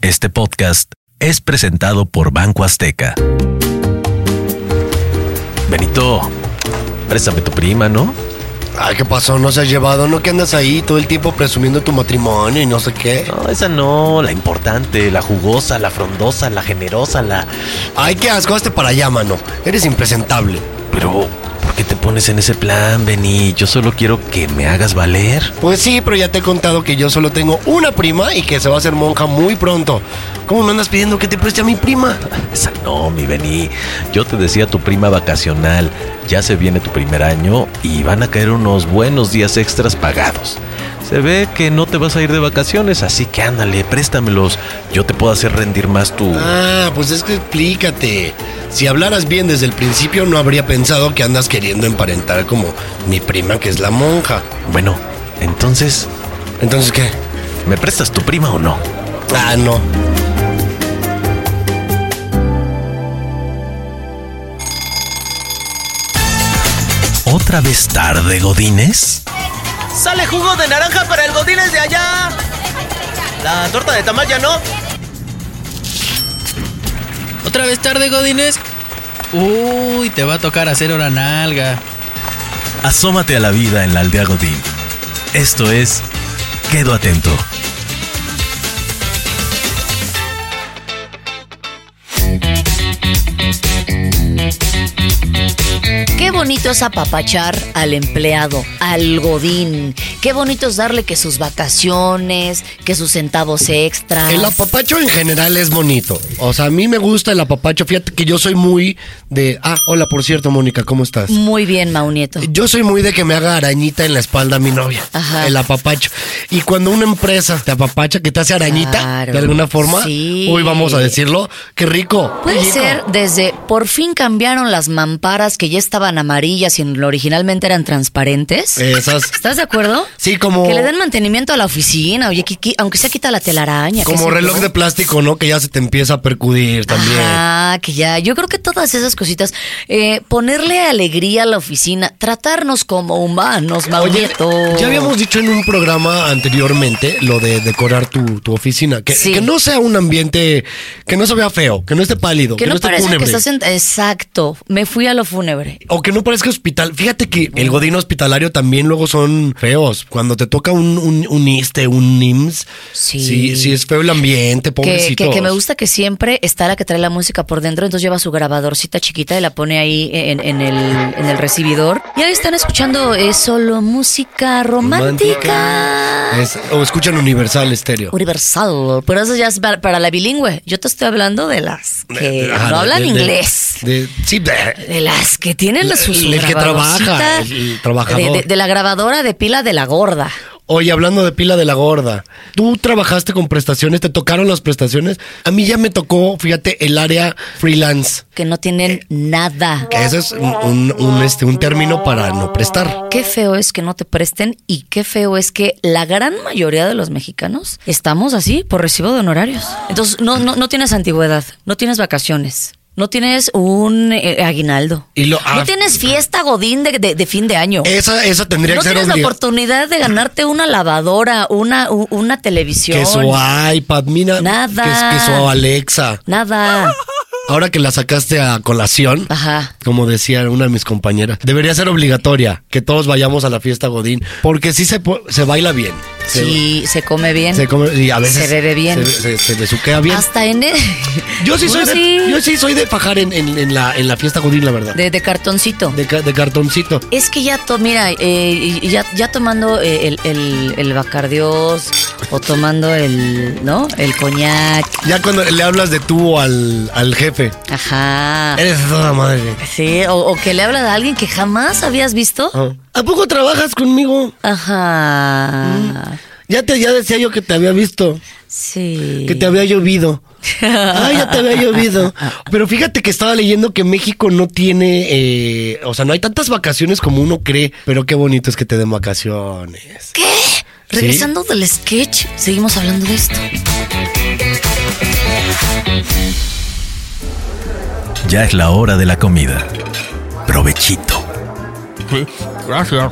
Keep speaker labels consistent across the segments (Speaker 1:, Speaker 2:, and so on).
Speaker 1: Este podcast es presentado por Banco Azteca. Benito, préstame tu prima, ¿no?
Speaker 2: Ay, ¿qué pasó? ¿No se has llevado? ¿No que andas ahí todo el tiempo presumiendo tu matrimonio y no sé qué?
Speaker 1: No, esa no, la importante, la jugosa, la frondosa, la generosa, la...
Speaker 2: Ay, qué asco, hazte para allá, mano. Eres impresentable.
Speaker 1: Pero, ¿por qué te pones en ese plan, Beni? Yo solo quiero que me hagas valer.
Speaker 2: Pues sí, pero ya te he contado que yo solo tengo una prima y que se va a hacer monja muy pronto. ¿Cómo me andas pidiendo que te preste a mi prima?
Speaker 1: Esa no, mi Beni. Yo te decía tu prima vacacional. Ya se viene tu primer año y van a caer unos buenos días extras pagados. Se ve que no te vas a ir de vacaciones, así que ándale, préstamelos. Yo te puedo hacer rendir más tu...
Speaker 2: Ah, pues es que explícate. Si hablaras bien desde el principio, no habría pensado que andas queriendo emparentar como mi prima que es la monja.
Speaker 1: Bueno, entonces,
Speaker 2: Entonces, ¿qué?
Speaker 1: ¿me prestas tu prima o no?
Speaker 2: Ah, no.
Speaker 1: ¿Otra vez tarde, Godines?
Speaker 3: ¡Sale jugo de naranja para el Godínez de allá! La torta de tamal ya no.
Speaker 4: ¿Otra vez tarde, Godines? Uy, te va a tocar hacer hora nalga.
Speaker 1: Asómate a la vida en la aldea Godín. Esto es Quedo Atento.
Speaker 5: Qué bonito es apapachar al empleado, al godín. Qué bonito es darle que sus vacaciones, que sus centavos extra.
Speaker 2: El apapacho en general es bonito. O sea, a mí me gusta el apapacho. Fíjate que yo soy muy de... Ah, hola, por cierto, Mónica, ¿cómo estás?
Speaker 5: Muy bien, Maunieto.
Speaker 2: Yo soy muy de que me haga arañita en la espalda a mi novia.
Speaker 5: Ajá.
Speaker 2: El apapacho. Y cuando una empresa te apapacha, que te hace arañita,
Speaker 5: Claro.
Speaker 2: de alguna forma,
Speaker 5: Sí.
Speaker 2: hoy vamos a decirlo, qué rico.
Speaker 5: Puede
Speaker 2: qué rico.
Speaker 5: ser desde por fin cambiaron las mamparas que ya estaban amarillas y en- originalmente eran transparentes.
Speaker 2: Esas.
Speaker 5: ¿Estás de acuerdo?
Speaker 2: Eh. Sí, como-
Speaker 5: Que le den mantenimiento a la oficina, oye, que- que- aunque sea quita la telaraña. qué
Speaker 2: Como
Speaker 5: sé
Speaker 2: reloj
Speaker 5: yo.
Speaker 2: de plástico, ¿no? Que ya se te empieza a percudir también.
Speaker 5: Ah, que ya. Yo creo que todas esas cositas. eh, ponerle alegría a la oficina. Tratarnos como humanos,
Speaker 2: Oye,
Speaker 5: Maurieto.
Speaker 2: ya habíamos dicho en un programa anteriormente lo de decorar tu, tu oficina. Que,
Speaker 5: Sí.
Speaker 2: que no sea un ambiente, que no se vea feo, que no esté pálido,
Speaker 5: Que no
Speaker 2: esté
Speaker 5: parece que
Speaker 2: fúnebre.
Speaker 5: estás en. Exacto. Me fui a lo fúnebre.
Speaker 2: O que no parezca hospital. Fíjate que el godín hospitalario también luego son feos. Cuando te toca un, un, un ISSSTE, un IMSS.
Speaker 5: Sí.
Speaker 2: Sí, sí, es feo el ambiente,
Speaker 5: Que,
Speaker 2: pobrecito.
Speaker 5: que, que me gusta que siempre está la que trae la música por dentro, entonces lleva su grabadorcita chiquita y la pone ahí en, en el, en el recibidor. Y ahí están escuchando eh, solo música romántica.
Speaker 2: o escuchan Universal Estéreo.
Speaker 5: Universal. Pero eso ya es para, para la bilingüe. Yo te estoy hablando de las que
Speaker 2: Ajá,
Speaker 5: no
Speaker 2: de-
Speaker 5: hablan
Speaker 2: de- de-
Speaker 5: inglés.
Speaker 2: de- sí, de-
Speaker 5: De las que tienen la su su
Speaker 2: El- el que
Speaker 5: grabadorcita
Speaker 2: trabaja, el- el trabajador.
Speaker 5: De, de- de la grabadora de pila de la gorda.
Speaker 2: Oye, hablando de pila de la gorda, tú trabajaste con prestaciones, te tocaron las prestaciones. A mí ya me tocó, fíjate, el área freelance.
Speaker 5: Que no tienen
Speaker 2: Eh.
Speaker 5: nada.
Speaker 2: Que eso es un, un- un, este, un término para no prestar.
Speaker 5: Qué feo es que no te presten y qué feo es que la gran mayoría de los mexicanos estamos así por recibo de honorarios. Entonces, no, no, no tienes antigüedad, no tienes vacaciones, no tienes un eh, aguinaldo.
Speaker 2: Y lo- ah,
Speaker 5: no tienes fiesta godín de, de- de fin de año.
Speaker 2: Esa, esa tendría
Speaker 5: no
Speaker 2: que ser
Speaker 5: tienes la
Speaker 2: obli-
Speaker 5: oportunidad de ganarte una lavadora, una, u- una televisión.
Speaker 2: Que su iPad, mira.
Speaker 5: Nada.
Speaker 2: Que, que su Alexa.
Speaker 5: Nada.
Speaker 2: Ahora que la sacaste a colación,
Speaker 5: Ajá.
Speaker 2: como decía una de mis compañeras, debería ser obligatoria que todos vayamos a la fiesta Godín, porque sí se, po- se baila bien. Se-
Speaker 5: Sí, se come bien.
Speaker 2: Se come- y a veces
Speaker 5: Se bebe bien.
Speaker 2: Se, se, se besuquea bien.
Speaker 5: Hasta en el-
Speaker 2: Yo sí, soy de,
Speaker 5: Bueno, Pues sí,
Speaker 2: yo sí soy de fajar en, en- en la, en la fiesta Godín, la verdad. De,
Speaker 5: de, de cartoncito.
Speaker 2: ca- de cartoncito.
Speaker 5: Es que ya, to- mira, eh, ya, ya tomando eh, el, el, el Bacardiós o tomando el, ¿no? El coñac.
Speaker 2: Ya cuando le hablas de tú al, al jefe,
Speaker 5: Ajá.
Speaker 2: eres toda madre.
Speaker 5: Sí, o, o que le habla de alguien que jamás habías visto.
Speaker 2: Ah. ¿A poco trabajas conmigo?
Speaker 5: Ajá.
Speaker 2: Ya te ya decía yo que te había visto,
Speaker 5: Sí.
Speaker 2: que te había llovido. Ah, ya te había llovido. Pero fíjate que estaba leyendo que México no tiene, eh, o sea, no hay tantas vacaciones como uno cree, pero qué bonito es que te den vacaciones.
Speaker 5: Regresando del sketch, seguimos hablando de esto.
Speaker 1: Ya es la hora de la comida. Provechito.
Speaker 6: Sí, gracias.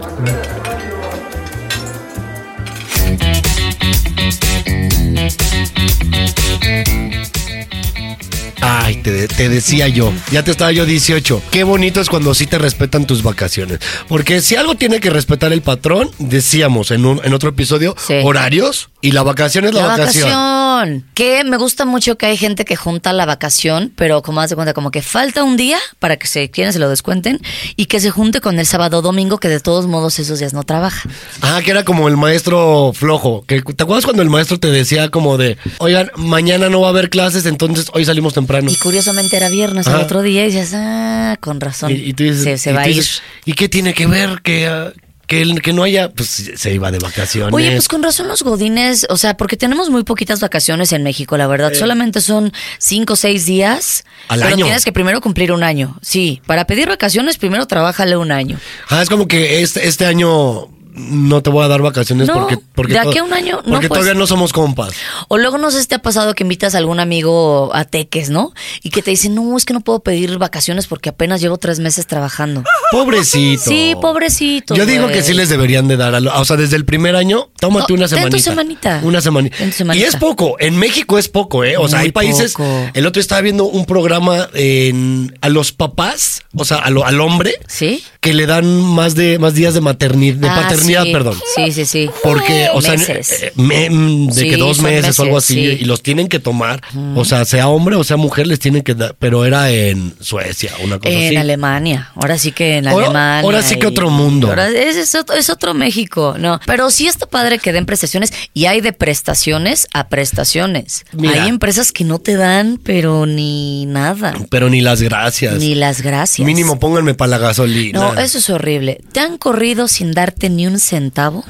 Speaker 2: te, de- te decía yo. Ya te estaba yo 18. Qué bonito es cuando sí te respetan tus vacaciones. Porque si algo tiene que respetar el patrón, decíamos en, un- en otro episodio,
Speaker 5: Sí.
Speaker 2: horarios y la vacación es la,
Speaker 5: La
Speaker 2: vacación.
Speaker 5: vacación. Que me gusta mucho que hay gente que junta la vacación, pero como haz de cuenta, como que falta un día para que se quienes se lo descuenten y que se junte con el sábado o domingo, que de todos modos esos días no trabaja.
Speaker 2: Ah, que era como el maestro flojo. Que, ¿Te acuerdas cuando el maestro te decía como de, oigan, mañana no va a haber clases, entonces hoy salimos temprano?
Speaker 5: Y curiosamente era viernes al
Speaker 2: Ajá.
Speaker 5: otro día y dices, ah, con razón.
Speaker 2: Y, y tú dices,
Speaker 5: se, se
Speaker 2: y
Speaker 5: va
Speaker 2: tú
Speaker 5: a ir.
Speaker 2: dices, ¿Y qué tiene que ver que, ah, que, él- que no haya? Pues se iba de vacaciones.
Speaker 5: Oye, pues con razón los godines, o sea, porque tenemos muy poquitas vacaciones en México, la verdad. Solamente son cinco o seis días.
Speaker 2: Al
Speaker 5: pero
Speaker 2: año.
Speaker 5: tienes que primero cumplir un año. Sí, para pedir vacaciones primero trabájale un año.
Speaker 2: Ah, es como que este, este año no te voy a dar vacaciones
Speaker 5: No,
Speaker 2: porque, porque
Speaker 5: de
Speaker 2: to-
Speaker 5: aquí a un año, no,
Speaker 2: porque
Speaker 5: pues.
Speaker 2: todavía no somos compas.
Speaker 5: O luego no sé si te ha pasado que invitas a algún amigo a teques, ¿no? Y que te dicen, no, es que no puedo pedir vacaciones porque apenas llevo tres meses trabajando.
Speaker 2: Pobrecito.
Speaker 5: Sí, pobrecito.
Speaker 2: Yo digo
Speaker 5: güey.
Speaker 2: que sí les deberían de dar, a lo- o sea, desde el primer año, tómate
Speaker 5: No,
Speaker 2: una
Speaker 5: ten
Speaker 2: semanita.
Speaker 5: tu semanita.
Speaker 2: Una semanita.
Speaker 5: Ten tu semanita.
Speaker 2: Y es poco, en México es poco, ¿eh? O sea,
Speaker 5: Muy
Speaker 2: hay países,
Speaker 5: poco.
Speaker 2: el otro estaba viendo un programa en, a los papás, o sea, a lo- al hombre,
Speaker 5: ¿Sí?
Speaker 2: que le dan más de más días de maternidad, de
Speaker 5: Ah,
Speaker 2: paternidad,
Speaker 5: sí.
Speaker 2: perdón.
Speaker 5: Sí, sí, sí.
Speaker 2: Porque, o sea,
Speaker 5: Meses.
Speaker 2: eh, me- mm, de
Speaker 5: Sí,
Speaker 2: que dos
Speaker 5: son
Speaker 2: meses, o algo
Speaker 5: meses,
Speaker 2: así,
Speaker 5: sí.
Speaker 2: y los tienen que tomar. O sea, sea hombre o sea mujer, les tienen que dar. Pero era en Suecia, una cosa
Speaker 5: En
Speaker 2: así.
Speaker 5: Alemania, ahora sí que en
Speaker 2: Ahora-
Speaker 5: Alemania.
Speaker 2: ahora sí que
Speaker 5: y-
Speaker 2: otro mundo.
Speaker 5: Ahora es, es otro, es otro México, no. Pero sí está padre que den prestaciones y hay de prestaciones a prestaciones.
Speaker 2: Mira.
Speaker 5: Hay empresas que no te dan, pero ni nada,
Speaker 2: Pero ni las gracias.
Speaker 5: ni las gracias.
Speaker 2: Mínimo, pónganme para la gasolina.
Speaker 5: No, eso es horrible. ¿Te han corrido sin darte ni un centavo?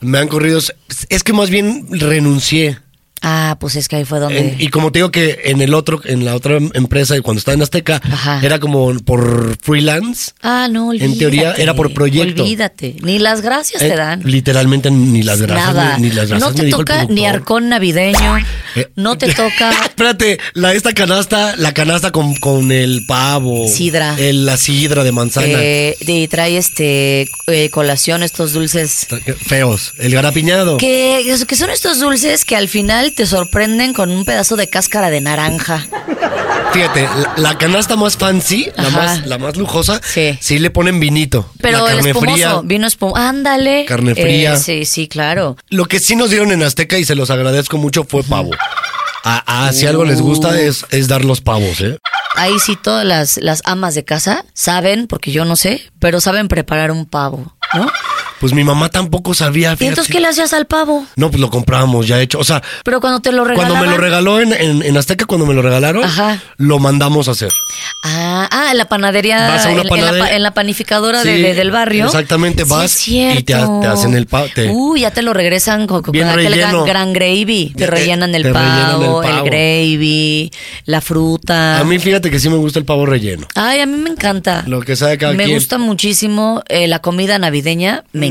Speaker 2: Me han corrido. Es que más bien renuncié.
Speaker 5: Ah, pues es que ahí fue donde.
Speaker 2: En- y como te digo que en el otro, en la otra empresa, cuando estaba en Azteca,
Speaker 5: Ajá.
Speaker 2: era como por freelance.
Speaker 5: ah, no, olvídate.
Speaker 2: en teoría era por proyecto.
Speaker 5: Olvídate. Ni las gracias te
Speaker 2: Eh,
Speaker 5: dan.
Speaker 2: Literalmente ni las gracias.
Speaker 5: Nada.
Speaker 2: Ni, ni las gracias.
Speaker 5: no te
Speaker 2: me dijo el
Speaker 5: toca ni
Speaker 2: productor.
Speaker 5: arcón navideño.
Speaker 2: Eh.
Speaker 5: No te toca.
Speaker 2: Espérate, la, esta canasta, la canasta con, con el pavo.
Speaker 5: Sidra.
Speaker 2: el- la sidra de manzana.
Speaker 5: eh, de- trae este eh, colación estos dulces.
Speaker 2: Feos. El garapiñado.
Speaker 5: Que, que son estos dulces que al final te sorprenden con un pedazo de cáscara de naranja.
Speaker 2: Fíjate, la, la canasta más fancy, la
Speaker 5: Ajá.
Speaker 2: más, la más lujosa,
Speaker 5: Sí.
Speaker 2: sí. le ponen vinito.
Speaker 5: Pero
Speaker 2: la
Speaker 5: el
Speaker 2: carne
Speaker 5: espumoso,
Speaker 2: fría.
Speaker 5: vino espumoso. Ándale.
Speaker 2: Carne fría.
Speaker 5: Eh, sí, sí, claro.
Speaker 2: Lo que sí nos dieron en Azteca y se los agradezco mucho fue pavo. Ah, ah, si algo les
Speaker 5: Uh.
Speaker 2: gusta es, es dar los pavos, ¿eh?
Speaker 5: Ahí sí todas las, las amas de casa saben, porque yo no sé, pero saben preparar un pavo, ¿no?
Speaker 2: Pues mi mamá tampoco sabía.
Speaker 5: ¿Y entonces
Speaker 2: fíjate.
Speaker 5: qué le hacías al pavo?
Speaker 2: No, pues lo comprábamos ya hecho. O sea,
Speaker 5: Pero cuando te lo regalaban...
Speaker 2: cuando me lo regaló en, en- en Azteca, cuando me lo regalaron,
Speaker 5: Ajá.
Speaker 2: lo mandamos a hacer.
Speaker 5: Ah, ah, en la panadería,
Speaker 2: Vas a
Speaker 5: en,
Speaker 2: una
Speaker 5: en la pa- en la,
Speaker 2: panadería.
Speaker 5: panificadora de-
Speaker 2: Sí,
Speaker 5: de- del barrio.
Speaker 2: exactamente,
Speaker 5: Sí,
Speaker 2: vas
Speaker 5: es
Speaker 2: y te ha-
Speaker 5: cierto.
Speaker 2: te hacen el pavo, te-
Speaker 5: Uy, ya te lo regresan con, con
Speaker 2: Bien
Speaker 5: aquel gran,
Speaker 2: relleno.
Speaker 5: gran gravy. Te
Speaker 2: Te-
Speaker 5: rellenan el
Speaker 2: te rellenan el
Speaker 5: pavo, el,
Speaker 2: pavo.
Speaker 5: gravy, la fruta.
Speaker 2: A mí, fíjate que sí me gusta el pavo relleno.
Speaker 5: Ay, a mí me encanta.
Speaker 2: Lo que sabe cada
Speaker 5: Me
Speaker 2: quien. Mm.
Speaker 5: gusta muchísimo eh, la comida navideña, me encanta.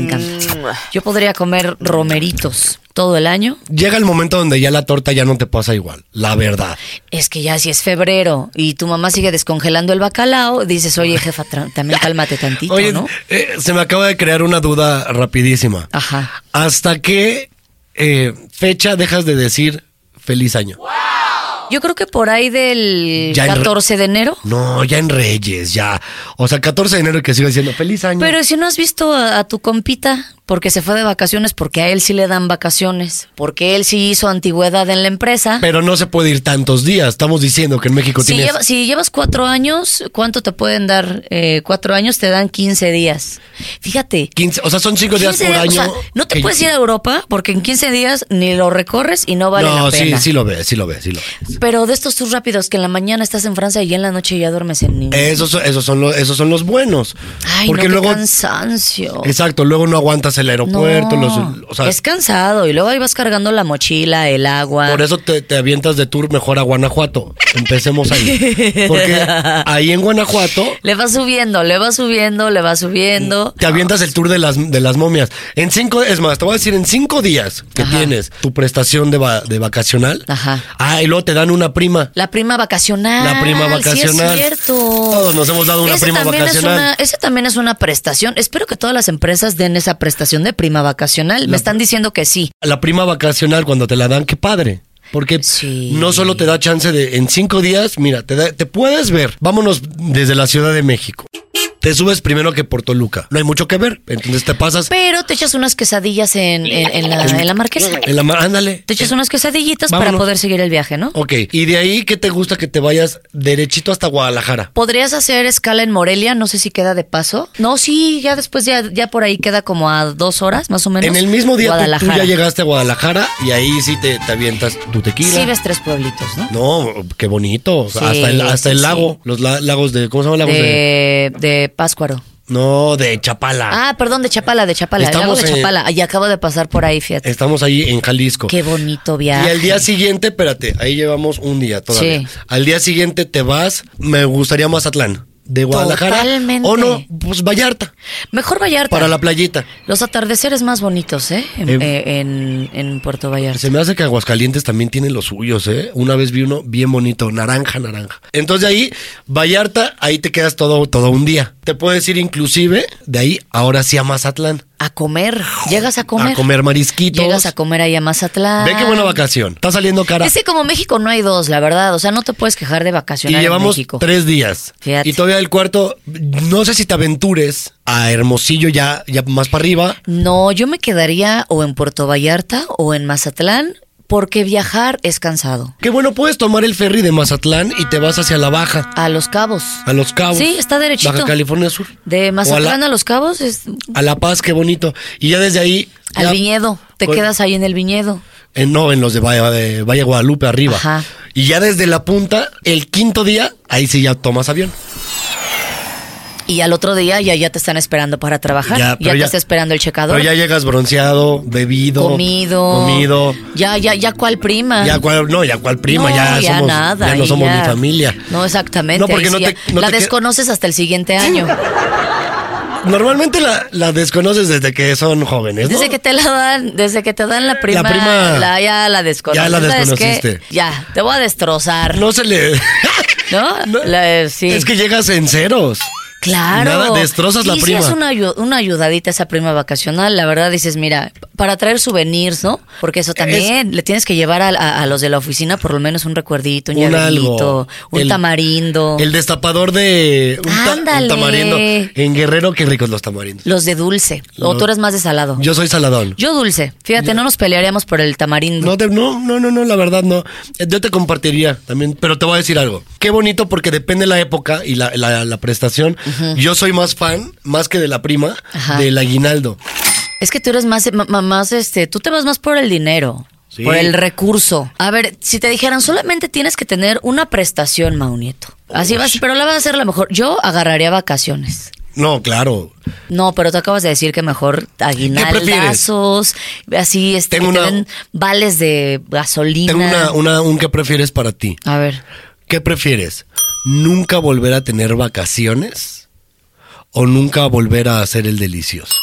Speaker 5: Yo podría comer romeritos todo el año.
Speaker 2: Llega el momento donde ya la torta ya no te pasa igual, la verdad.
Speaker 5: Es que ya si es febrero y tu mamá sigue descongelando el bacalao, dices, oye jefa, tra- también cálmate tantito,
Speaker 2: Oye,
Speaker 5: ¿no?
Speaker 2: eh, se me acaba de crear una duda rapidísima.
Speaker 5: Ajá.
Speaker 2: ¿Hasta qué eh, fecha dejas de decir feliz año?
Speaker 5: Yo creo que por ahí del
Speaker 2: Ya en re-
Speaker 5: 14 de enero.
Speaker 2: No, ya en Reyes, ya. O sea, 14 de enero que sigo diciendo feliz año.
Speaker 5: Pero si no has visto a, a tu compita porque se fue de vacaciones, porque a él sí le dan vacaciones, porque él sí hizo antigüedad en la empresa.
Speaker 2: Pero no se puede ir tantos días. Estamos diciendo que en México
Speaker 5: Si,
Speaker 2: tienes.
Speaker 5: lleva- si llevas cuatro años, ¿cuánto te pueden dar? Eh, cuatro años te dan 15 días. Fíjate.
Speaker 2: 15, o sea, son 5 días
Speaker 5: 15
Speaker 2: por
Speaker 5: días,
Speaker 2: año.
Speaker 5: o sea, no te
Speaker 2: que-
Speaker 5: puedes ir a Europa porque en 15 días ni lo recorres y no vale la
Speaker 2: no, sí,
Speaker 5: pena.
Speaker 2: sí lo ves, sí lo ves, sí lo ves.
Speaker 5: Pero de estos tours rápidos que en la mañana estás en Francia y en la noche ya duermes en niño.
Speaker 2: Esos, son- esos, son, los, esos son los buenos.
Speaker 5: Mm. Ay,
Speaker 2: Eh, porque
Speaker 5: no, qué
Speaker 2: luego.
Speaker 5: cansancio.
Speaker 2: Exacto, luego no aguantas el aeropuerto.
Speaker 5: No,
Speaker 2: los- o sea,
Speaker 5: es cansado y luego ahí vas cargando la mochila, el agua.
Speaker 2: Por eso te, te avientas de tour mejor a Guanajuato. Empecemos ahí. Porque ahí en Guanajuato
Speaker 5: Le vas subiendo, le vas subiendo, le vas subiendo.
Speaker 2: te avientas el tour de las, de las momias. En cinco, es más, te voy a decir, en cinco días que
Speaker 5: Ajá.
Speaker 2: tienes tu prestación de, va- de vacacional.
Speaker 5: Ajá.
Speaker 2: Ah, y luego te dan una prima.
Speaker 5: La prima vacacional.
Speaker 2: La prima vacacional.
Speaker 5: Sí es cierto.
Speaker 2: Todos nos hemos dado una
Speaker 5: Esa
Speaker 2: prima
Speaker 5: también es
Speaker 2: vacacional.
Speaker 5: una- esa también es una prestación. Espero que todas las empresas den esa prestación de prima vacacional. Me están diciendo que sí.
Speaker 2: La prima vacacional cuando te la dan, qué padre. Porque
Speaker 5: Sí.
Speaker 2: no solo te da chance de en cinco días, mira, te, da- te puedes ver. Vámonos desde la Ciudad de México. Te subes primero que por Toluca. No hay mucho que ver. Entonces te pasas
Speaker 5: Pero te echas unas quesadillas en, en- en la, en la marquesa.
Speaker 2: en la mar. Ándale.
Speaker 5: Te echas unas quesadillitas para
Speaker 2: Vámonos.
Speaker 5: poder seguir el viaje, ¿no?
Speaker 2: Ok. Y de ahí, ¿qué te gusta que te vayas derechito hasta Guadalajara?
Speaker 5: Podrías hacer escala en Morelia, no sé si queda de paso. No, sí, ya después, ya, ya por ahí queda como a dos horas, más o menos.
Speaker 2: en el mismo día tú- tú,
Speaker 5: Guadalajara.
Speaker 2: ya llegaste a Guadalajara y ahí sí te, te avientas tu tequila.
Speaker 5: Sí ves tres pueblitos, ¿no?
Speaker 2: No, qué bonito. O sea,
Speaker 5: Sí,
Speaker 2: hasta el, hasta el
Speaker 5: sí,
Speaker 2: lago.
Speaker 5: sí.
Speaker 2: Los la- lagos de. ¿Cómo se llama lagos de...
Speaker 5: De, de Páscuaro.
Speaker 2: No, de Chapala.
Speaker 5: Ah, perdón, de Chapala, de Chapala, el lago
Speaker 2: Estamos
Speaker 5: de
Speaker 2: en-
Speaker 5: Chapala. Ay, acabo de pasar por ahí, fíjate.
Speaker 2: Estamos ahí en Jalisco.
Speaker 5: Qué bonito
Speaker 2: Y
Speaker 5: viaje.
Speaker 2: al día siguiente, espérate, ahí llevamos un día todavía.
Speaker 5: Sí.
Speaker 2: Al día siguiente te vas, me gustaría Mazatlán, de Guadalajara.
Speaker 5: Totalmente.
Speaker 2: O no, pues Vallarta,
Speaker 5: Mejor Vallarta.
Speaker 2: para la playita.
Speaker 5: Los atardeceres más bonitos, ¿eh? En,
Speaker 2: Eh,
Speaker 5: eh, en- en Puerto Vallarta.
Speaker 2: Se me hace que Aguascalientes también tiene los suyos, ¿eh? Una vez vi uno bien bonito, naranja, naranja. Entonces de ahí, Vallarta, ahí te quedas todo, todo un día. Te puedes ir inclusive de ahí, ahora sí a Mazatlán.
Speaker 5: A comer. Llegas a comer.
Speaker 2: A comer marisquitos.
Speaker 5: Llegas a comer ahí a Mazatlán.
Speaker 2: Ve qué buena vacación. Está saliendo cara.
Speaker 5: Es que como México no hay dos, la verdad. O sea, no te puedes quejar de
Speaker 2: Y
Speaker 5: vacacionar en
Speaker 2: llevamos
Speaker 5: México.
Speaker 2: tres días.
Speaker 5: Fíjate.
Speaker 2: Y todavía el cuarto, no sé si te aventures a Hermosillo ya, ya más para arriba.
Speaker 5: No, yo me quedaría o en Puerto Vallarta o en Mazatlán porque viajar es cansado.
Speaker 2: Qué bueno, puedes tomar el ferry de Mazatlán y te vas hacia la Baja,
Speaker 5: A Los Cabos.
Speaker 2: a Los Cabos.
Speaker 5: Sí, está derechito.
Speaker 2: Baja California Sur.
Speaker 5: De
Speaker 2: O a
Speaker 5: Mazatlán
Speaker 2: la,
Speaker 5: a Los Cabos es
Speaker 2: a La Paz, qué bonito. Y ya desde ahí...
Speaker 5: al
Speaker 2: ya-
Speaker 5: viñedo. Te
Speaker 2: Pues-
Speaker 5: quedas ahí en el viñedo.
Speaker 2: en- no, en los de Valle, de Valle Guadalupe, arriba.
Speaker 5: Ajá.
Speaker 2: Y ya desde la punta, el quinto día, ahí sí ya tomas avión.
Speaker 5: Y al otro día ya, ya te están esperando para trabajar. Ya,
Speaker 2: pero
Speaker 5: te está esperando el checador.
Speaker 2: Pero ya llegas bronceado, bebido.
Speaker 5: comido.
Speaker 2: Comido.
Speaker 5: Ya, ya, ya cuál prima.
Speaker 2: Ya cual, no, ya cual prima,
Speaker 5: Ah. No,
Speaker 2: ya, somos,
Speaker 5: nada,
Speaker 2: ya no
Speaker 5: ahí
Speaker 2: somos
Speaker 5: ya.
Speaker 2: ni familia.
Speaker 5: No, exactamente.
Speaker 2: No, porque
Speaker 5: ahí
Speaker 2: no
Speaker 5: sí
Speaker 2: te-
Speaker 5: ya-
Speaker 2: no
Speaker 5: la
Speaker 2: te qued-
Speaker 5: desconoces hasta el siguiente año.
Speaker 2: Normalmente la, la desconoces desde que son jóvenes, ¿no?
Speaker 5: Desde que te la dan, desde que te dan la prima,
Speaker 2: prima-
Speaker 5: la- ya la desconoces.
Speaker 2: Ya la
Speaker 5: ¿Sabes qué?
Speaker 2: desconociste.
Speaker 5: Ya, te voy a destrozar, ¿no?
Speaker 2: No se le... No,
Speaker 5: La- sí.
Speaker 2: Es que llegas en ceros.
Speaker 5: Claro.
Speaker 2: nada, destrozas
Speaker 5: Y
Speaker 2: la
Speaker 5: si
Speaker 2: prima.
Speaker 5: es una, ayu- una ayudadita esa prima vacacional, la verdad dices, mira, para traer souvenirs, ¿no? Porque eso también, le tienes que llevar a, a- a los de la oficina por lo menos un recuerdito, un,
Speaker 2: Un
Speaker 5: llaverito,
Speaker 2: algo.
Speaker 5: un
Speaker 2: El-
Speaker 5: tamarindo.
Speaker 2: El destapador de un, ta- un
Speaker 5: Oh. Ándale.
Speaker 2: tamarindo. En Guerrero, qué ricos los tamarindos.
Speaker 5: Los de dulce. O
Speaker 2: Los-
Speaker 5: tú eres más de salado. Yo,
Speaker 2: Yo soy saladón.
Speaker 5: dulce. Fíjate, no nos pelearíamos por el tamarindo.
Speaker 2: No, te- no, no, no, no, la verdad no. Eh, Yo te compartiría también, pero te voy a decir algo. Qué bonito porque depende la época y la, la- la prestación. Yo soy más fan, más que de la prima,
Speaker 5: Ajá.
Speaker 2: del aguinaldo.
Speaker 5: Es que tú eres más, ma- ma- más, este, tú te vas más por el dinero.
Speaker 2: Sí.
Speaker 5: Por el recurso. A ver, si te dijeran, solamente tienes que tener una prestación, Mau Nieto. Así vas, pero la vas a hacer la mejor. Yo agarraría vacaciones.
Speaker 2: No, claro.
Speaker 5: No, pero tú acabas de decir que mejor aguinaldazos, así, este,
Speaker 2: Tengo
Speaker 5: que te
Speaker 2: una-
Speaker 5: den vales de gasolina.
Speaker 2: Tengo una, una- un que prefieres para ti.
Speaker 5: A ver,
Speaker 2: ¿Qué prefieres? ¿Nunca volver a tener vacaciones? ¿O nunca volver a hacer el delicioso?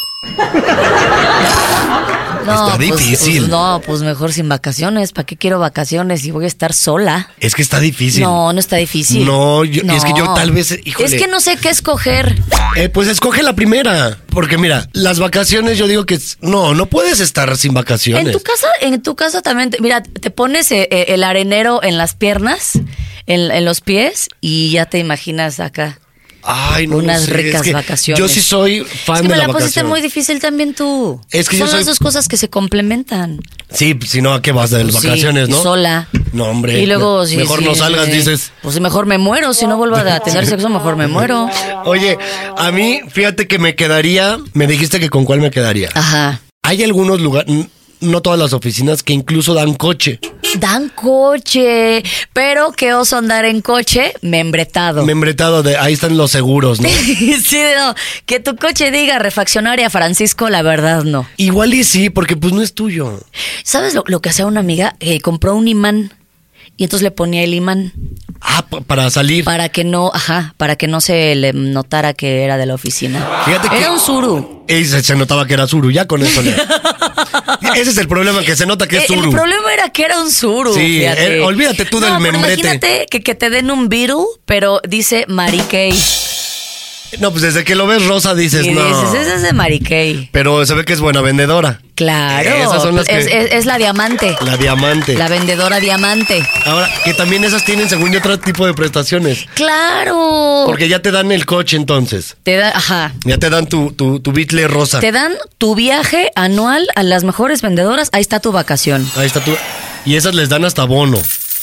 Speaker 5: no,
Speaker 2: Está
Speaker 5: pues,
Speaker 2: difícil.
Speaker 5: pues, no, pues mejor sin vacaciones. ¿Para qué quiero vacaciones si voy a estar sola?
Speaker 2: Es que está difícil.
Speaker 5: No, no está difícil.
Speaker 2: No, yo- es que yo tal vez- híjole.
Speaker 5: Es que no sé qué escoger.
Speaker 2: Eh, pues escoge la primera. Porque mira, las vacaciones yo digo que... es- No, no puedes estar sin vacaciones.
Speaker 5: En tu casa, en tu casa también, te- mira, te pones eh, eh, el arenero en las piernas, en, en los pies, y ya te imaginas acá.
Speaker 2: Ay, no, no
Speaker 5: Unas
Speaker 2: sé,
Speaker 5: ricas
Speaker 2: es que
Speaker 5: vacaciones.
Speaker 2: Yo sí soy fan
Speaker 5: es que
Speaker 2: de
Speaker 5: me
Speaker 2: la,
Speaker 5: la, pusiste
Speaker 2: vacación.
Speaker 5: muy difícil también tú.
Speaker 2: Es que
Speaker 5: Son
Speaker 2: yo
Speaker 5: las
Speaker 2: soy-
Speaker 5: dos cosas que se complementan.
Speaker 2: Sí, pues, si no, ¿a qué vas de las
Speaker 5: Sí,
Speaker 2: vacaciones, no?
Speaker 5: Sola.
Speaker 2: No, hombre.
Speaker 5: Y luego,
Speaker 2: me-
Speaker 5: si-
Speaker 2: Mejor
Speaker 5: si-
Speaker 2: no salgas,
Speaker 5: eh,
Speaker 2: dices.
Speaker 5: Pues mejor me muero. Si no vuelvo a tener sexo, mejor me muero.
Speaker 2: Oye, a mí, fíjate que me quedaría. Me dijiste que con cuál me quedaría.
Speaker 5: Ajá.
Speaker 2: Hay algunos lugares, n- no todas las oficinas, que incluso dan coche.
Speaker 5: Dan coche. Pero qué oso andar en coche membretado.
Speaker 2: Membretado de ahí están los seguros, ¿no?
Speaker 5: sí, no. Que tu coche diga refaccionaria Francisco, la verdad no.
Speaker 2: Igual y sí, porque pues no es tuyo.
Speaker 5: ¿Sabes lo, lo que hacía una amiga? Eh, compró un imán y entonces le ponía el imán
Speaker 2: Ah, pa- para salir.
Speaker 5: para que no, ajá, para que no se le notara que era de la oficina.
Speaker 2: Fíjate que-
Speaker 5: era un suru.
Speaker 2: Y se, se notaba que era Zuru, ya con eso. le- Ese es el problema, que se nota que es
Speaker 5: Eh,
Speaker 2: Zuru.
Speaker 5: El problema era que era un suru.
Speaker 2: Sí,
Speaker 5: fíjate.
Speaker 2: eh, olvídate tú del
Speaker 5: pero
Speaker 2: membrete.
Speaker 5: Imagínate que, que te den un Beatle, pero dice Mary Kay.
Speaker 2: No, pues desde que lo ves rosa dices,
Speaker 5: y
Speaker 2: no.
Speaker 5: dices, ese es de Mariquei.
Speaker 2: Pero se ve que es buena vendedora.
Speaker 5: Claro.
Speaker 2: Esas son las que-
Speaker 5: es, es- es la diamante.
Speaker 2: La diamante.
Speaker 5: La vendedora diamante.
Speaker 2: Ahora, que también esas tienen, según yo, otro tipo de prestaciones.
Speaker 5: Claro.
Speaker 2: Porque ya te dan el coche entonces.
Speaker 5: te da, ajá.
Speaker 2: Ya te dan tu, tu, tu Beatle rosa.
Speaker 5: Te dan tu viaje anual a las mejores vendedoras. Ahí está tu vacación.
Speaker 2: Ahí está tu. Y esas les dan hasta bono.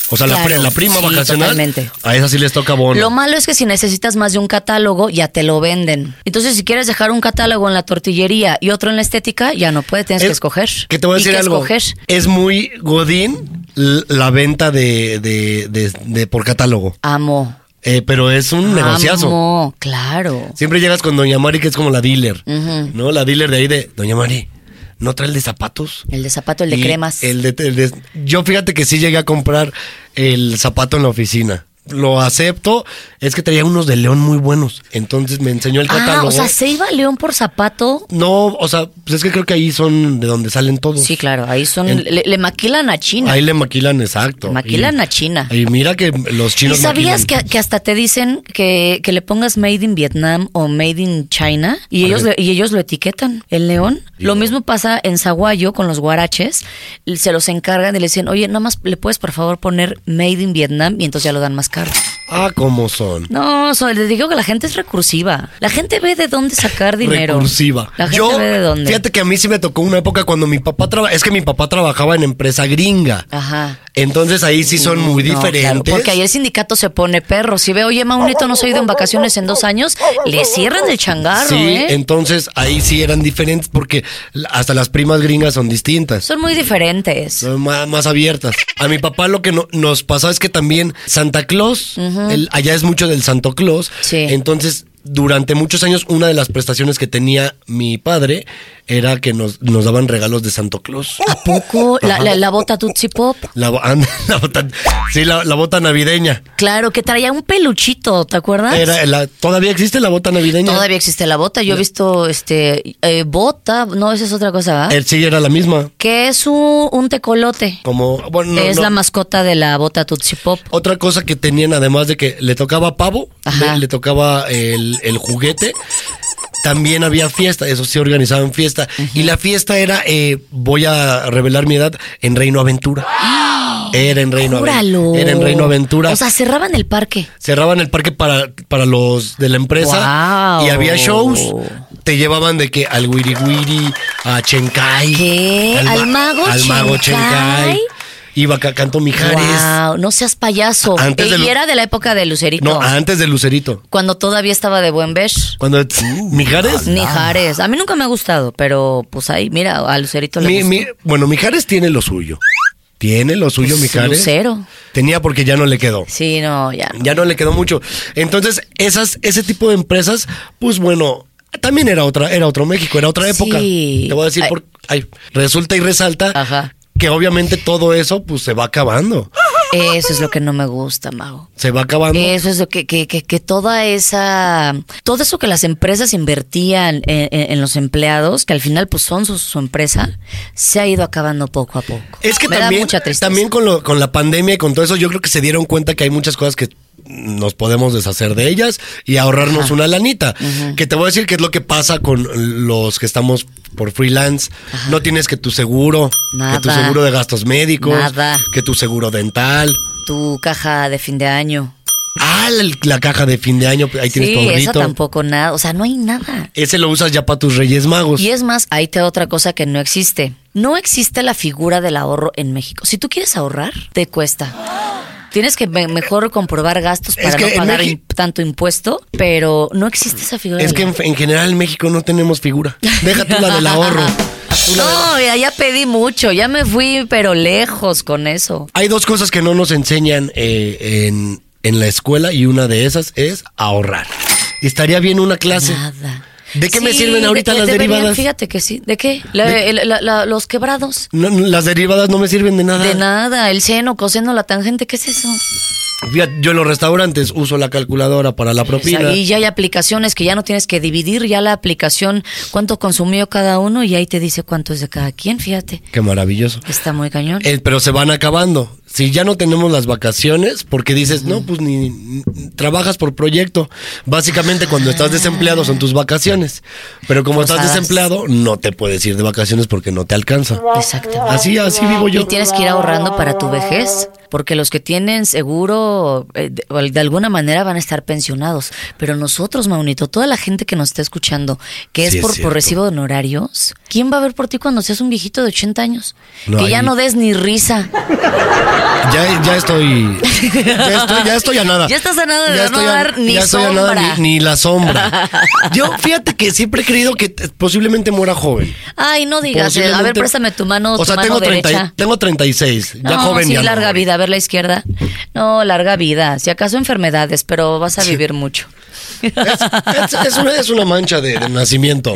Speaker 2: O sea, la,
Speaker 5: Claro.
Speaker 2: pre- la prima
Speaker 5: Sí,
Speaker 2: vacacional.
Speaker 5: totalmente.
Speaker 2: A esas sí les toca bono.
Speaker 5: Lo malo es que si necesitas más de un catálogo, ya te lo venden. Entonces, si quieres dejar un catálogo en la tortillería y otro en la estética, ya no puedes, tienes que
Speaker 2: Es-
Speaker 5: escoger.
Speaker 2: Que te voy a
Speaker 5: Y
Speaker 2: decir
Speaker 5: que
Speaker 2: algo.
Speaker 5: escoger.
Speaker 2: Es muy Godín l- la venta de, de, de- de- por catálogo.
Speaker 5: Amo.
Speaker 2: Eh, pero es un negociazo.
Speaker 5: Amo, claro.
Speaker 2: Siempre llegas con Doña Mari, que es como la dealer.
Speaker 5: Ujú.
Speaker 2: ¿No? La dealer de ahí de Doña Mari, ¿no trae el de zapatos?
Speaker 5: El de zapato, el de
Speaker 2: Y
Speaker 5: cremas.
Speaker 2: el de- el de- yo fíjate que sí llegué a comprar el zapato en la oficina. Lo acepto, es que traía unos de León muy buenos. Entonces me enseñó el
Speaker 5: ah,
Speaker 2: catálogo.
Speaker 5: o sea, se iba a León por zapato.
Speaker 2: No, o sea, pues es que creo que ahí son de donde salen todos.
Speaker 5: Sí, claro, ahí son.
Speaker 2: En-
Speaker 5: le, le maquilan a China.
Speaker 2: Ahí le maquilan, exacto.
Speaker 5: Maquilan
Speaker 2: Y-
Speaker 5: a China.
Speaker 2: Y mira que los
Speaker 5: ¿Y
Speaker 2: chinos.
Speaker 5: sabías que,
Speaker 2: maquilan.
Speaker 5: que hasta te dicen que, que le pongas Made in Vietnam o Made in China? Y ellos, le- y ellos lo etiquetan, el león. Lo mismo pasa en Zaguayo con los guaraches. l- Se los encargan y le dicen, oye, nada más le puedes por favor poner Made in Vietnam y entonces ya lo dan más caro.
Speaker 2: Ah, cómo son.
Speaker 5: No, so- les digo que la gente es recursiva. La gente ve de dónde sacar dinero.
Speaker 2: Recursiva.
Speaker 5: La gente
Speaker 2: Yo,
Speaker 5: ve de dónde.
Speaker 2: Fíjate que a mí sí me tocó una época cuando mi papá trabajaba. Es que mi papá trabajaba en empresa gringa.
Speaker 5: Ajá.
Speaker 2: Entonces ahí sí son muy
Speaker 5: Ah. Mm, No, claro,
Speaker 2: diferentes.
Speaker 5: porque ahí el sindicato se pone perro. Si veo, oye, Maunito no se ha ido en vacaciones en dos años, le cierran el changarro,
Speaker 2: Sí,
Speaker 5: ¿eh?
Speaker 2: entonces ahí sí eran diferentes porque la- hasta las primas gringas son distintas.
Speaker 5: Son muy diferentes.
Speaker 2: Son ma- más, abiertas. A mi papá lo que no- nos pasaba es que también Santa Claus, el- allá es mucho del Santo Claus.
Speaker 5: Sí.
Speaker 2: Entonces, durante muchos años, una de las prestaciones que tenía mi padre era que nos, nos daban regalos de Santo Claus.
Speaker 5: ¿A poco? La, la- la bota Tutsi Pop.
Speaker 2: La, bo- and- la bota, sí, la, la bota navideña.
Speaker 5: Claro, que traía un peluchito, ¿te acuerdas?
Speaker 2: Era la- ¿Todavía existe la bota navideña?
Speaker 5: Todavía existe la bota. Yo he visto este eh, bota, no, esa es otra cosa, ¿verdad?
Speaker 2: Eh, sí, era la misma.
Speaker 5: que es un, un tecolote.
Speaker 2: Como, bueno, no,
Speaker 5: es
Speaker 2: no.
Speaker 5: la mascota de la bota Tutsi Pop.
Speaker 2: Otra cosa que tenían, además de que le tocaba pavo,
Speaker 5: Ajá.
Speaker 2: le, le tocaba el, el juguete, también había fiesta, eso sí organizaban fiesta. Y la fiesta era, eh, voy a revelar mi edad, en Reino Aventura. Era en Reino
Speaker 5: ¡Júralo!
Speaker 2: Aventura. Era en Reino Aventura.
Speaker 5: ¡Ah! O sea, cerraban el parque.
Speaker 2: Cerraban el parque para, para los de la empresa
Speaker 5: ¡Guau!
Speaker 2: y había shows. Te llevaban de que al Wiri Wiri, a Chenkai.
Speaker 5: ¿Qué? ¿Al mago
Speaker 2: Al mago Chenkai.
Speaker 5: Chenkai?
Speaker 2: Iba Ca- Canto Mijares.
Speaker 5: Wow, no seas payaso.
Speaker 2: Antes
Speaker 5: Eh,
Speaker 2: de
Speaker 5: y
Speaker 2: Lu-
Speaker 5: era de la época de Lucerito.
Speaker 2: No, antes de Lucerito.
Speaker 5: Cuando todavía estaba de buen ver.
Speaker 2: Cuando Mijares.
Speaker 5: Mijares. A mí nunca me ha gustado, pero pues ahí, mira, a Lucerito le
Speaker 2: Mi-
Speaker 5: gusta.
Speaker 2: mi- bueno, Mijares tiene lo suyo. Tiene lo suyo,
Speaker 5: Pues,
Speaker 2: Mijares.
Speaker 5: Lucero.
Speaker 2: Tenía porque ya no le quedó.
Speaker 5: Sí, no, ya. no.
Speaker 2: Ya no le quedó mucho. Entonces, esas, ese tipo de empresas, pues bueno, también era otra, era otro México, era otra época.
Speaker 5: Sí.
Speaker 2: Te voy a decir
Speaker 5: Ay.
Speaker 2: por ay, resulta y resalta
Speaker 5: Ajá.
Speaker 2: que obviamente todo eso pues se va acabando.
Speaker 5: Eso es lo que no me gusta, Mago.
Speaker 2: Se va acabando.
Speaker 5: Eso es lo que, que, que, que toda esa, todo eso que las empresas invertían en, en- en los empleados, que al final pues son su, su empresa, se ha ido acabando poco a poco.
Speaker 2: Es que
Speaker 5: Me da
Speaker 2: también,
Speaker 5: mucha tristeza.
Speaker 2: también con, lo- con la pandemia y con todo eso, yo creo que se dieron cuenta que hay muchas cosas que nos podemos deshacer de ellas y ahorrarnos una lanita. Que te voy a decir qué es lo que pasa con los que estamos por freelance. No tienes que tu seguro, que tu
Speaker 5: Nada.
Speaker 2: seguro de gastos médicos,
Speaker 5: Nada.
Speaker 2: que tu seguro dental.
Speaker 5: Tu caja de fin de año.
Speaker 2: Ah, la, la caja de fin de año, ahí tienes tu
Speaker 5: Sí, esa
Speaker 2: ahorrito.
Speaker 5: tampoco nada. O sea, no hay nada.
Speaker 2: Ese lo usas ya para tus Reyes Magos.
Speaker 5: Y es más, ahí te da otra cosa que no existe. No existe la figura del ahorro en México. Si tú quieres ahorrar, te cuesta. Tienes que me- mejor comprobar gastos para
Speaker 2: Es que en
Speaker 5: no pagar
Speaker 2: México-
Speaker 5: im- tanto impuesto, pero no existe esa figura.
Speaker 2: Es que
Speaker 5: del
Speaker 2: en, en general en México no tenemos figura. Deja tú la del ahorro.
Speaker 5: No, mira, ya pedí mucho, ya me fui, pero lejos con eso.
Speaker 2: Hay dos cosas que no nos enseñan eh, en, en la escuela y una de esas es ahorrar. Estaría bien una clase.
Speaker 5: Nada.
Speaker 2: ¿De qué me
Speaker 5: Sí,
Speaker 2: sirven
Speaker 5: de
Speaker 2: ahorita
Speaker 5: que
Speaker 2: las
Speaker 5: deberían,
Speaker 2: derivadas?
Speaker 5: Fíjate que sí. ¿De qué? La- el- la- la- los quebrados.
Speaker 2: No, no, las derivadas no me sirven de nada.
Speaker 5: De nada, el seno, coseno, la tangente, ¿qué es eso?
Speaker 2: Fíjate, yo en los restaurantes uso la calculadora para la
Speaker 5: O
Speaker 2: propina.
Speaker 5: sea, y Pues ya hay aplicaciones que ya no tienes que dividir, ya la aplicación cuánto consumió cada uno y ahí te dice cuánto es de cada quien, fíjate.
Speaker 2: Qué maravilloso.
Speaker 5: Está muy cañón.
Speaker 2: Eh, pero se van acabando. Si ya no tenemos las vacaciones, porque dices, no, pues ni, ni- trabajas por proyecto. Básicamente cuando
Speaker 5: Ah.
Speaker 2: estás desempleado son tus vacaciones. Pero como estás
Speaker 5: Forzadas.
Speaker 2: desempleado, no te puedes ir de vacaciones porque no te alcanza.
Speaker 5: Exactamente.
Speaker 2: Así, así vivo yo.
Speaker 5: Y tienes que ir ahorrando para tu vejez, porque los que tienen seguro, eh, de, o de alguna manera van a estar pensionados. Pero nosotros, Maunito, toda la gente que nos está escuchando, que
Speaker 1: Sí,
Speaker 5: es
Speaker 1: es
Speaker 5: por, por
Speaker 1: cierto.
Speaker 5: recibo de honorarios, ¿quién va a ver por ti cuando seas un viejito de 80 años?
Speaker 2: No,
Speaker 5: que ya
Speaker 2: ahí-
Speaker 5: no des ni risa.
Speaker 2: Ya, ya estoy. Ya estoy, ya estoy a nada.
Speaker 5: Ya estás a nada de no
Speaker 2: estoy a-
Speaker 5: dar ni
Speaker 2: ya estoy a nada
Speaker 5: sombra.
Speaker 2: ni, ni la sombra. Yo, fíjate que siempre he creído que t- posiblemente muera joven.
Speaker 5: Ay, no digas. eh, A ver,
Speaker 2: Posiblemente-
Speaker 5: préstame tu mano,
Speaker 2: O
Speaker 5: tu
Speaker 2: sea,
Speaker 5: mano
Speaker 2: tengo, 30 y-
Speaker 5: derecha.
Speaker 2: tengo 36. Ya
Speaker 5: no,
Speaker 2: joven
Speaker 5: sí,
Speaker 2: ya no.
Speaker 5: larga vida. A ver la izquierda. No, larga vida. Si acaso enfermedades, pero vas a vivir mucho.
Speaker 2: Es, es una, es una mancha de, de nacimiento.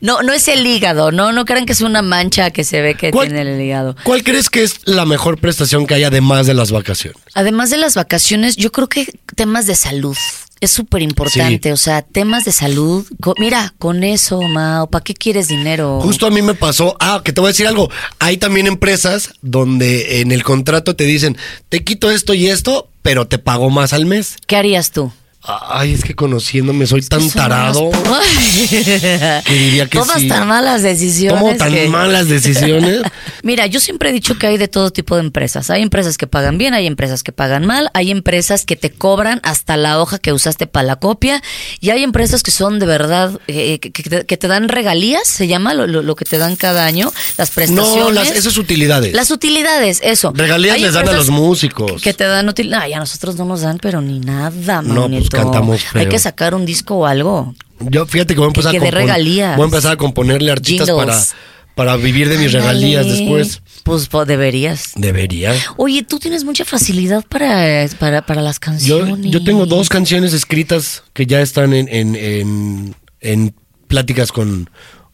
Speaker 5: no, no es el hígado, no, no crean que es una mancha que se ve que
Speaker 2: ¿Cuál-
Speaker 5: tiene el hígado.
Speaker 2: ¿Cuál crees que es la mejor prestación que hay además de las vacaciones?
Speaker 5: Además de las vacaciones, yo creo que temas de salud. Es súper importante, o sea, temas de salud. Co- Mira, con eso, Mao, ¿para qué quieres dinero?
Speaker 2: Justo a mí me pasó, ah, que te voy a decir algo, hay también empresas donde en el contrato te dicen, te quito esto y esto, pero te pago más al mes.
Speaker 5: ¿Qué harías tú?
Speaker 2: Ay, es que conociéndome soy tan
Speaker 5: Son unas
Speaker 2: tarado.
Speaker 5: pu-
Speaker 2: que diría que
Speaker 5: Todas
Speaker 2: sí.
Speaker 5: tan malas decisiones.
Speaker 2: Tomo tan
Speaker 5: que-
Speaker 2: malas decisiones.
Speaker 5: Mira, yo siempre he dicho que hay de todo tipo de empresas. Hay empresas que pagan bien, hay empresas que pagan mal, hay empresas que te cobran hasta la hoja que usaste para la copia y hay empresas que son de verdad, eh, que, que te, que te dan regalías, se llama lo, lo- lo que te dan cada año, las prestaciones.
Speaker 2: No, las, esas utilidades.
Speaker 5: Las utilidades, eso.
Speaker 2: Regalías
Speaker 5: Hay
Speaker 2: les dan a
Speaker 5: empresas
Speaker 2: los músicos.
Speaker 5: Que te dan utilidades. Ay, a nosotros no nos dan, pero ni nada,
Speaker 2: No, pues,
Speaker 5: manito.
Speaker 2: cantamos
Speaker 5: Hay
Speaker 2: feo.
Speaker 5: que sacar un disco o algo.
Speaker 2: Yo fíjate que voy a empezar
Speaker 5: que
Speaker 2: a
Speaker 5: dé
Speaker 2: compon-
Speaker 5: regalías.
Speaker 2: Voy a empezar a componerle artistas para,
Speaker 5: Jingles.
Speaker 2: para vivir de mis regalías
Speaker 5: Ándale.
Speaker 2: después.
Speaker 5: Pues, pues deberías.
Speaker 2: Debería.
Speaker 5: Oye, tú tienes mucha facilidad para, para, para las
Speaker 2: Yo,
Speaker 5: canciones.
Speaker 2: yo tengo dos canciones escritas que ya están en, en, en- en pláticas con,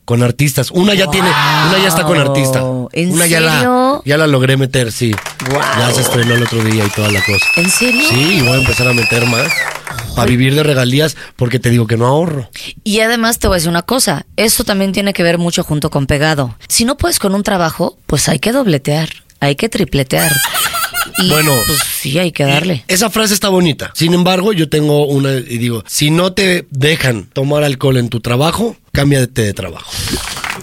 Speaker 2: con artistas. Una ya tiene, una ya está con artista.
Speaker 5: ¿En
Speaker 2: una ya la,
Speaker 5: serio?
Speaker 2: ya la logré meter, sí. Ya se estrenó el otro día y toda la cosa.
Speaker 5: ¿En serio?
Speaker 2: Sí, y voy a empezar a meter más para vivir de regalías porque te digo que no ahorro.
Speaker 5: Y además te voy a decir una cosa, eso también tiene que ver mucho junto con pegado. Si no puedes con un trabajo, pues hay que dobletear, hay que tripletear. Y,
Speaker 2: Bueno.
Speaker 5: pues sí, hay que darle.
Speaker 2: Esa frase está bonita. Sin embargo, yo tengo una y digo, si no te dejan tomar alcohol en tu trabajo, cámbiate de trabajo.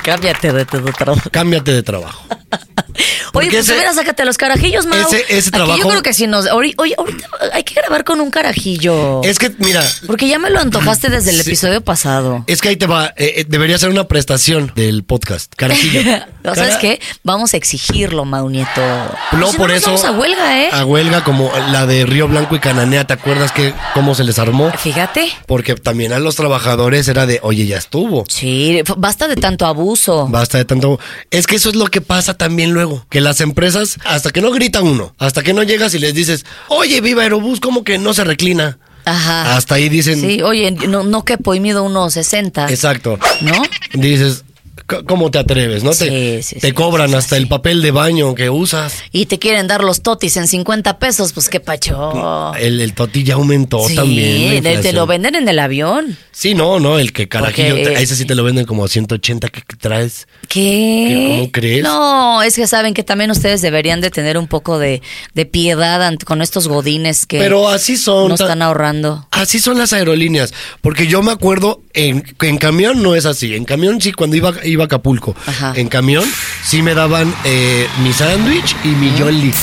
Speaker 5: Cámbiate de tu trabajo.
Speaker 2: Cámbiate de trabajo.
Speaker 5: Oye, pues
Speaker 2: ese-
Speaker 5: de veras, sácate los carajillos, Mau.
Speaker 2: ese- ese
Speaker 5: Aquí
Speaker 2: trabajo-
Speaker 5: yo creo que si nos... ahori- Oye, ahorita hay que grabar con un carajillo.
Speaker 2: Es que, mira,
Speaker 5: Porque ya me lo antojaste desde el episodio pasado.
Speaker 2: es que ahí te va. eh, eh, debería ser una prestación del podcast. Carajillo.
Speaker 5: ¿No
Speaker 2: Cara-
Speaker 5: sabes qué? Vamos a exigirlo, Mau Nieto. Pues
Speaker 2: No,
Speaker 5: Si
Speaker 2: por
Speaker 5: nos
Speaker 2: eso.
Speaker 5: Vamos a huelga, ¿eh?
Speaker 2: A huelga como la de Río Blanco y Cananea. ¿Te acuerdas que cómo se les armó?
Speaker 5: Fíjate.
Speaker 2: Porque también a los trabajadores era de, oye, ya estuvo.
Speaker 5: Sí, f- basta de tanto abuso.
Speaker 2: Basta de tanto. Es que eso es lo que pasa también luego. Que las empresas, hasta que no grita uno, hasta que no llegas y les dices, oye, viva Aerobús, ¿cómo que no se reclina?
Speaker 5: Ajá.
Speaker 2: Hasta ahí dicen,
Speaker 5: Sí, oye, no, no quepo y mido 1,60.
Speaker 2: exacto.
Speaker 5: ¿No?
Speaker 2: Dices, "C- ¿cómo te atreves? ¿No? te
Speaker 5: Sí, sí,
Speaker 2: te
Speaker 5: sí,
Speaker 2: cobran
Speaker 5: sí,
Speaker 2: hasta
Speaker 5: sí.
Speaker 2: el papel de baño que usas.
Speaker 5: Y te quieren dar los totis en 50 pesos, pues qué pacho.
Speaker 2: El, el totilla aumentó Eh,
Speaker 5: sí,
Speaker 2: oh, también. la
Speaker 5: de- te
Speaker 2: inflación.
Speaker 5: lo venden en el avión.
Speaker 2: Sí, no, no, el que carajillo,
Speaker 5: Porque,
Speaker 2: te-
Speaker 5: eh,
Speaker 2: ese sí te lo venden como a 180 que que traes.
Speaker 5: ¿Qué?
Speaker 2: ¿Qué? ¿Cómo crees?
Speaker 5: No, es que saben que también ustedes deberían de tener un poco de, de piedad ante- con estos godines que
Speaker 2: Pero así son.
Speaker 5: no
Speaker 2: ta-
Speaker 5: están ahorrando.
Speaker 2: Así son las aerolíneas, porque yo me acuerdo en, que en camión no es así. En camión sí, cuando iba, iba a Acapulco,
Speaker 5: Ajá.
Speaker 2: en camión sí me daban eh, mi sándwich y mi Jolly.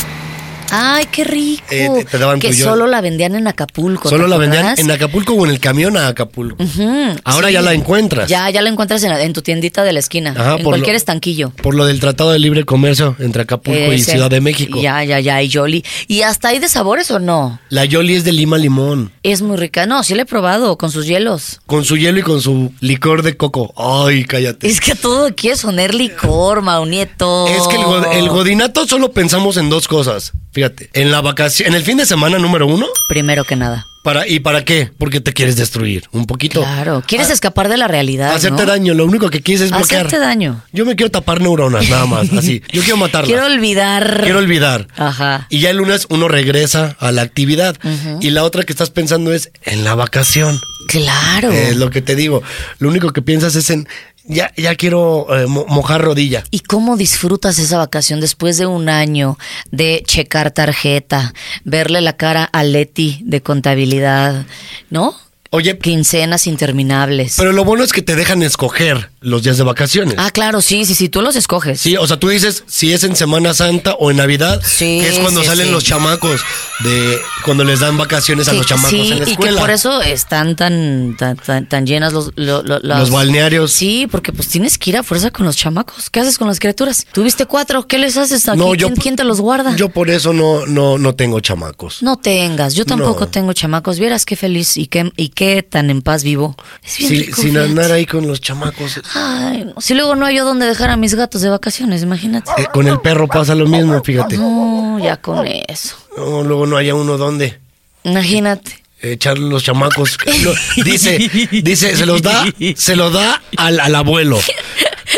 Speaker 5: Ay, qué rico.
Speaker 2: Eh, te- te daban
Speaker 5: que
Speaker 2: tu yo-
Speaker 5: solo la vendían en Acapulco.
Speaker 2: Solo
Speaker 5: ¿te
Speaker 2: la vendían
Speaker 5: acuerdas?
Speaker 2: en Acapulco o en el camión a Acapulco.
Speaker 5: Ujú,
Speaker 2: Ahora
Speaker 5: sí.
Speaker 2: ya la encuentras.
Speaker 5: Ya, ya la encuentras en, la- en tu tiendita de la esquina,
Speaker 2: Ajá,
Speaker 5: en
Speaker 2: por
Speaker 5: cualquier
Speaker 2: lo-
Speaker 5: estanquillo.
Speaker 2: Por lo del Tratado de Libre Comercio entre Acapulco y
Speaker 5: Ese.
Speaker 2: Ciudad de México.
Speaker 5: Ya, ya, ya, y Yoli. ¿Y hasta hay de sabores o no?
Speaker 2: La Jolly es de Lima Limón,
Speaker 5: Es muy rica. No, sí la he probado con sus hielos.
Speaker 2: con su hielo y con su licor de coco. Ay, cállate.
Speaker 5: Es que todo quiere sonar licor, Maunieto.
Speaker 2: Es que el, go- el godinato solo pensamos en dos cosas. Fíjate, en la vacación, en el fin de semana número uno,
Speaker 5: Primero que nada.
Speaker 2: ¿Para, ¿Y para qué? Porque te quieres destruir un poquito.
Speaker 5: Claro. Quieres escapar de la realidad.
Speaker 2: Ah, Hacerte
Speaker 5: ¿no?
Speaker 2: daño, lo único que quieres es bloquear.
Speaker 5: Hacerte daño.
Speaker 2: Yo me quiero tapar neuronas, nada más, así. Yo quiero matarlas.
Speaker 5: Quiero olvidar.
Speaker 2: Quiero olvidar.
Speaker 5: Ajá.
Speaker 2: Y ya el lunes uno regresa a la actividad.
Speaker 5: Ujú.
Speaker 2: Y la otra que estás pensando es en la vacación.
Speaker 5: Claro.
Speaker 2: Eh, Es lo que te digo. Lo único que piensas es en ya, ya quiero eh, mo- mojar rodilla.
Speaker 5: ¿Y cómo disfrutas esa vacación después de un año de checar tarjeta, verle la cara a Leti de contabilidad, ¿no?
Speaker 2: Oye,
Speaker 5: Quincenas interminables.
Speaker 2: pero lo bueno es que te dejan escoger los días de vacaciones.
Speaker 5: ah, claro, sí, sí, sí, tú los escoges.
Speaker 2: Sí, o sea, tú dices si es en Semana Santa o en Navidad,
Speaker 5: Sí,
Speaker 2: que es cuando
Speaker 5: sí,
Speaker 2: salen
Speaker 5: sí.
Speaker 2: los chamacos, de cuando les dan vacaciones a
Speaker 5: Que-
Speaker 2: los chamacos
Speaker 5: sí,
Speaker 2: en la
Speaker 5: y que
Speaker 2: escuela.
Speaker 5: por eso están tan, tan, tan, tan llenas los, lo- lo- las-
Speaker 2: Los balnearios.
Speaker 5: Sí, porque pues tienes que ir a fuerza con los chamacos. ¿Qué haces con las criaturas? Tuviste cuatro, ¿qué les haces aquí?
Speaker 2: No, yo-
Speaker 5: ¿Quién, quién te los guarda?
Speaker 2: Yo por eso no, no, no tengo chamacos.
Speaker 5: No tengas, yo tampoco
Speaker 2: No.
Speaker 5: tengo chamacos. Vieras qué feliz y qué, y qué tan en paz vivo. Es bien
Speaker 2: Si-
Speaker 5: rico,
Speaker 2: sin
Speaker 5: fíjate.
Speaker 2: andar ahí con los chamacos.
Speaker 5: Ay, no, si luego no hay yo dónde dejar a mis gatos de vacaciones, imagínate.
Speaker 2: Eh, con el perro pasa lo mismo, fíjate.
Speaker 5: No, ya con eso.
Speaker 2: No, luego no haya uno donde
Speaker 5: Imagínate.
Speaker 2: echar los chamacos. Lo- dice, dice, se los da, se los da al, al abuelo.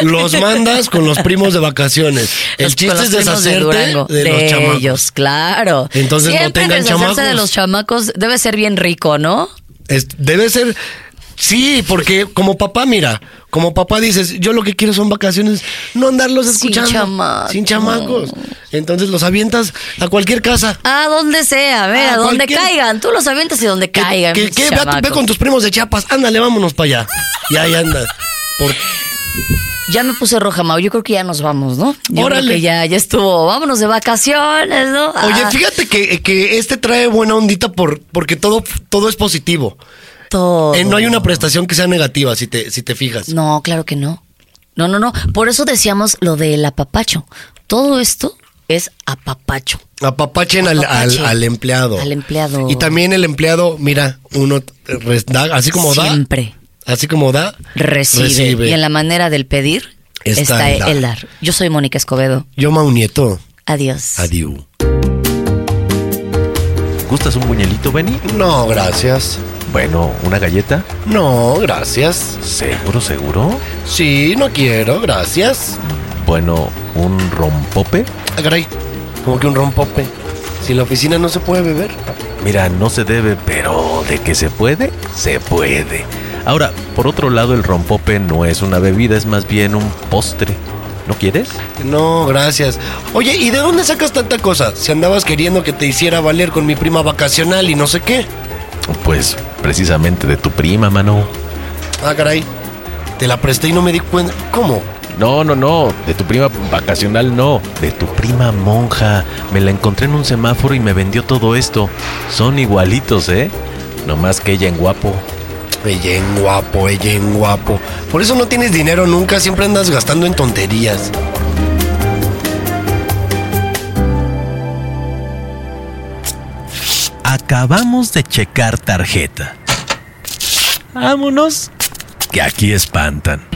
Speaker 2: Los mandas con los primos de vacaciones. El
Speaker 5: Los-
Speaker 2: chiste
Speaker 5: los
Speaker 2: es
Speaker 5: primos de
Speaker 2: deshacerte de,
Speaker 5: Durango,
Speaker 2: los
Speaker 5: de
Speaker 2: chamacos.
Speaker 5: ellos, claro.
Speaker 2: Entonces no
Speaker 5: Siempre
Speaker 2: tengan
Speaker 5: deshacerse
Speaker 2: chamacos.
Speaker 5: de los chamacos debe ser bien rico, ¿no?
Speaker 2: Es- debe ser. Sí, porque como papá, mira, como papá dices, yo lo que quiero son vacaciones, no andarlos
Speaker 5: Sin
Speaker 2: escuchando.
Speaker 5: chamacos.
Speaker 2: Sin chamacos. Entonces los avientas a cualquier casa.
Speaker 5: A donde sea, a ver,
Speaker 2: Ah,
Speaker 5: a donde
Speaker 2: cualquier-
Speaker 5: caigan. Tú los avientas y donde
Speaker 2: Que-
Speaker 5: caigan.
Speaker 2: que-
Speaker 5: mis
Speaker 2: que ve, a tu- ve
Speaker 5: chamacos.
Speaker 2: con tus primos de Chiapas, ándale, vámonos para allá. Y ahí andas. Por-
Speaker 5: Ya me puse roja, Mau. Yo creo que ya nos vamos, ¿no? Yo
Speaker 2: Órale.
Speaker 5: Creo que ya, ya estuvo. Vámonos de vacaciones, ¿no?
Speaker 2: Oye,
Speaker 5: Ah,
Speaker 2: fíjate que, que este trae buena ondita por, porque todo, todo es positivo.
Speaker 5: todo.
Speaker 2: Eh, no hay una prestación que sea negativa, si te, si te fijas.
Speaker 5: No, claro que no. No, no, no. Por eso decíamos lo del apapacho. Todo esto es apapacho.
Speaker 2: Apapachen al, al,
Speaker 5: Apapachen.
Speaker 2: al empleado.
Speaker 5: Al empleado.
Speaker 2: Y también el empleado, mira, uno eh, res- da- así como
Speaker 5: Siempre
Speaker 2: da, así como da,
Speaker 5: recibe.
Speaker 2: Recibe.
Speaker 5: Y en la manera del pedir
Speaker 2: Está
Speaker 5: está,
Speaker 2: el dar.
Speaker 5: el dar. Yo soy Mónica Escobedo.
Speaker 2: yo maunieto.
Speaker 5: Adiós.
Speaker 2: Adiós.
Speaker 1: ¿Gustas un buñuelito, Benny?
Speaker 2: No, gracias.
Speaker 1: Bueno, ¿una galleta?
Speaker 2: No, gracias.
Speaker 1: Seguro, seguro.
Speaker 2: Sí, no quiero, gracias.
Speaker 1: Bueno, ¿un rompope?
Speaker 2: Ah, caray, como que un rompope. Si en la oficina no se puede beber.
Speaker 1: Mira, no se debe, pero de que se puede, se puede. Ahora, por otro lado, el rompope no es una bebida, es más bien un postre. ¿No quieres?
Speaker 2: No, gracias. Oye, ¿y de dónde sacas tanta cosa? Si andabas queriendo que te hiciera valer con mi prima vacacional y no sé qué.
Speaker 1: Pues precisamente de tu prima, mano.
Speaker 2: Ah, caray. Te la presté y no me di cuenta. ¿Cómo?
Speaker 1: No, no, no, de tu prima vacacional no, de tu prima monja. Me la encontré en un semáforo y me vendió todo esto. Son igualitos, ¿eh? No más que ella en guapo.
Speaker 2: Ella en guapo, ella en guapo. Por eso no tienes dinero nunca, siempre andas gastando en tonterías.
Speaker 1: Acabamos de checar tarjeta. Vámonos, que aquí espantan.